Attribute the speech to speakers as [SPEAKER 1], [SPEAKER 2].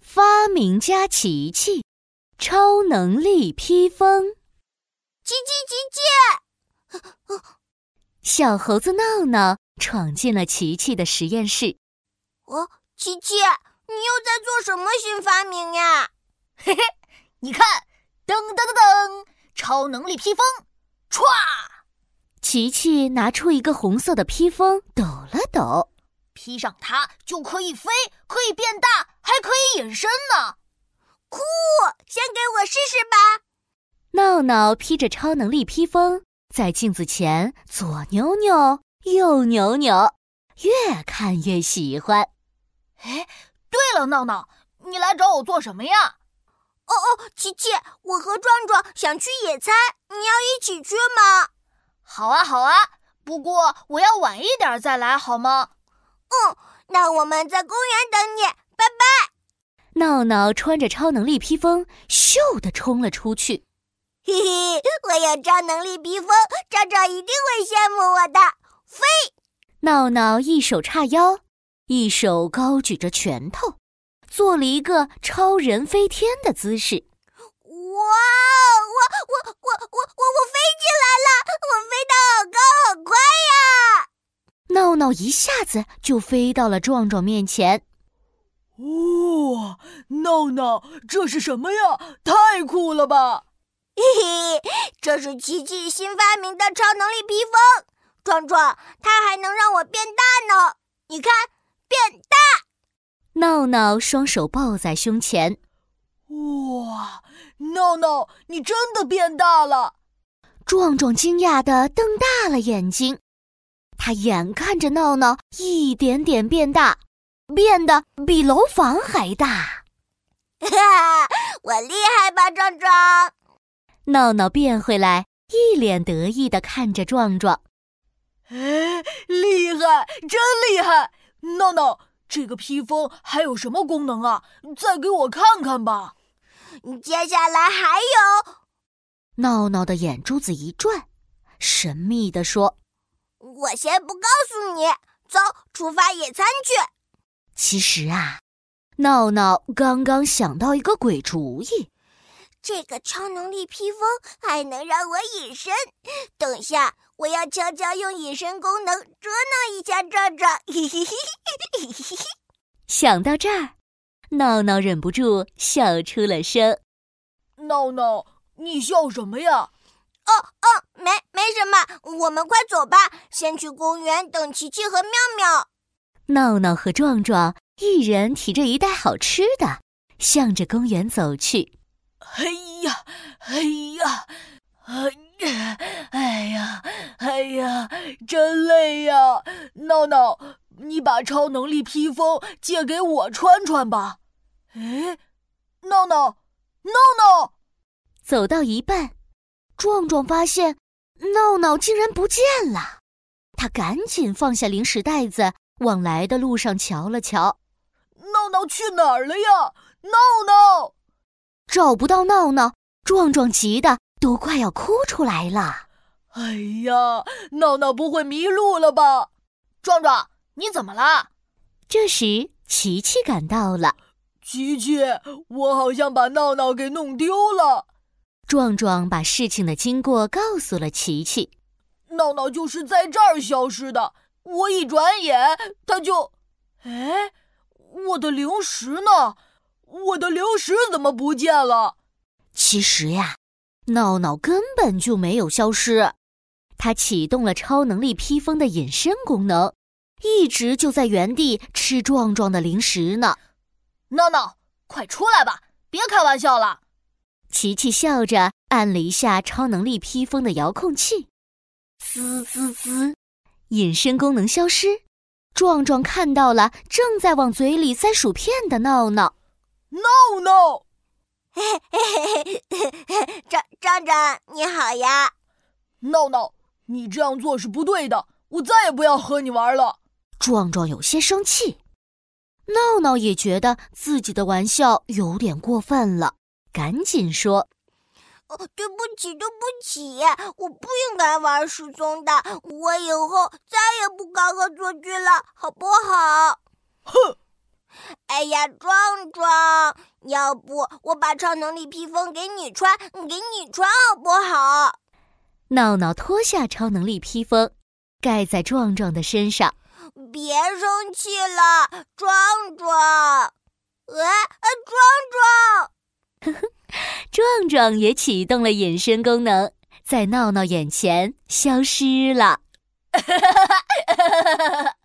[SPEAKER 1] 发明家琪琪，超能力披风。
[SPEAKER 2] 琪琪，琪琪，
[SPEAKER 1] 小猴子闹闹闯进了琪琪的实验室。
[SPEAKER 2] 哦，琪琪，你又在做什么新发明呀？
[SPEAKER 3] 嘿嘿，你看，噔噔噔噔，超能力披风，歘！
[SPEAKER 1] 琪琪拿出一个红色的披风，抖了抖，
[SPEAKER 3] 披上它就可以飞，可以变大，还可以隐身呢。
[SPEAKER 2] 酷！先给我试试吧。
[SPEAKER 1] 闹闹披着超能力披风，在镜子前左扭扭，右扭扭，越看越喜欢。
[SPEAKER 3] 哎，对了，闹闹，你来找我做什么呀？
[SPEAKER 2] 哦哦，琪琪，我和壮壮想去野餐，你要一起去吗？
[SPEAKER 3] 好啊，好啊，不过我要晚一点再来，好吗？
[SPEAKER 2] 嗯，那我们在公园等你，拜 拜。
[SPEAKER 1] 闹闹穿着超能力披风，咻的冲了出去。
[SPEAKER 2] 嘿嘿，我有超能力披风，赵赵一定会羡慕我的。飞！
[SPEAKER 1] 闹闹一手叉腰，一手高举着拳头。做了一个超人飞天的姿势，
[SPEAKER 2] 哇！我我我我我我我飞起来了，我飞得好高好快呀！
[SPEAKER 1] 闹闹一下子就飞到了壮壮面前。
[SPEAKER 4] 哦，闹闹，这是什么呀？太酷了吧！
[SPEAKER 2] 嘿嘿，这是奇迹新发明的超能力披风，壮壮，它还能让我变大呢！你看，变大。
[SPEAKER 1] 闹闹双手抱在胸前，
[SPEAKER 4] 哇！闹闹，你真的变大了！
[SPEAKER 1] 壮壮惊讶的瞪大了眼睛，他眼看着闹闹一点点变大，变得比楼房还大。
[SPEAKER 2] 哈， 我厉害吧，壮壮！
[SPEAKER 1] 闹闹变回来，一脸得意的看着壮壮。
[SPEAKER 4] 哎， 厉害，真厉害！闹闹。这个披风还有什么功能啊？再给我看看吧。
[SPEAKER 2] 接下来还有，
[SPEAKER 1] 闹闹的眼珠子一转，神秘地说：“
[SPEAKER 2] 我先不告诉你，走，出发野餐去。”
[SPEAKER 1] 其实啊，闹闹刚刚想到一个鬼主意。
[SPEAKER 2] 这个超能力披风还能让我隐身，等下我要悄悄用隐身功能捉弄一下壮壮。 嘿嘿嘿。
[SPEAKER 1] 想到这儿，闹闹忍不住笑出了声。
[SPEAKER 4] 闹闹，你笑什么呀？
[SPEAKER 2] 哦哦，没没什么，我们快走吧，先去公园等琪琪和妙妙。
[SPEAKER 1] 闹闹和壮壮一人提着一袋好吃的，向着公园走去。
[SPEAKER 4] 哎呀，哎呀，哎呀，哎呀，哎呀，真累呀！闹闹。你把超能力披风借给我穿穿吧。哎，闹闹，闹闹！
[SPEAKER 1] 走到一半，壮壮发现闹闹竟然不见了，他赶紧放下零食袋子，往来的路上瞧了瞧。
[SPEAKER 4] 闹闹去哪儿了呀？闹闹！
[SPEAKER 1] 找不到闹闹，壮壮急得都快要哭出来了。
[SPEAKER 4] 哎呀，闹闹不会迷路了吧？壮壮。你怎么了？
[SPEAKER 1] 这时，琪琪赶到了。
[SPEAKER 4] 琪琪，我好像把闹闹给弄丢了。
[SPEAKER 1] 壮壮把事情的经过告诉了琪琪。
[SPEAKER 4] 闹闹就是在这儿消失的。我一转眼，他就……哎，我的零食呢？我的零食怎么不见了？
[SPEAKER 1] 其实呀，闹闹根本就没有消失。他启动了超能力披风的隐身功能。一直就在原地吃壮壮的零食呢，
[SPEAKER 3] 闹闹，快出来吧，别开玩笑了！
[SPEAKER 1] 琪琪笑着按了一下超能力披风的遥控器，滋滋滋，隐身功能消失。壮壮看到了正在往嘴里塞薯片的闹闹，
[SPEAKER 4] 闹闹，
[SPEAKER 2] 嘿嘿嘿，壮壮壮你好呀！
[SPEAKER 4] 闹闹，你这样做是不对的，我再也不要和你玩了。
[SPEAKER 1] 壮壮有些生气，闹闹也觉得自己的玩笑有点过分了，赶紧说：“
[SPEAKER 2] 哦，对不起，对不起，我不应该玩失踪的，我以后再也不敢恶作 剧了，好不好？”
[SPEAKER 4] 哼！
[SPEAKER 2] 哎呀，壮壮，要不我把超能力披风给你穿，给你穿好不好？
[SPEAKER 1] 闹闹脱下超能力披风，盖在壮壮的身上。
[SPEAKER 2] 别生气了，壮壮。哎、啊，壮
[SPEAKER 1] 壮壮也启动了隐身功能，在闹闹眼前消失了。
[SPEAKER 3] 哈哈哈哈哈！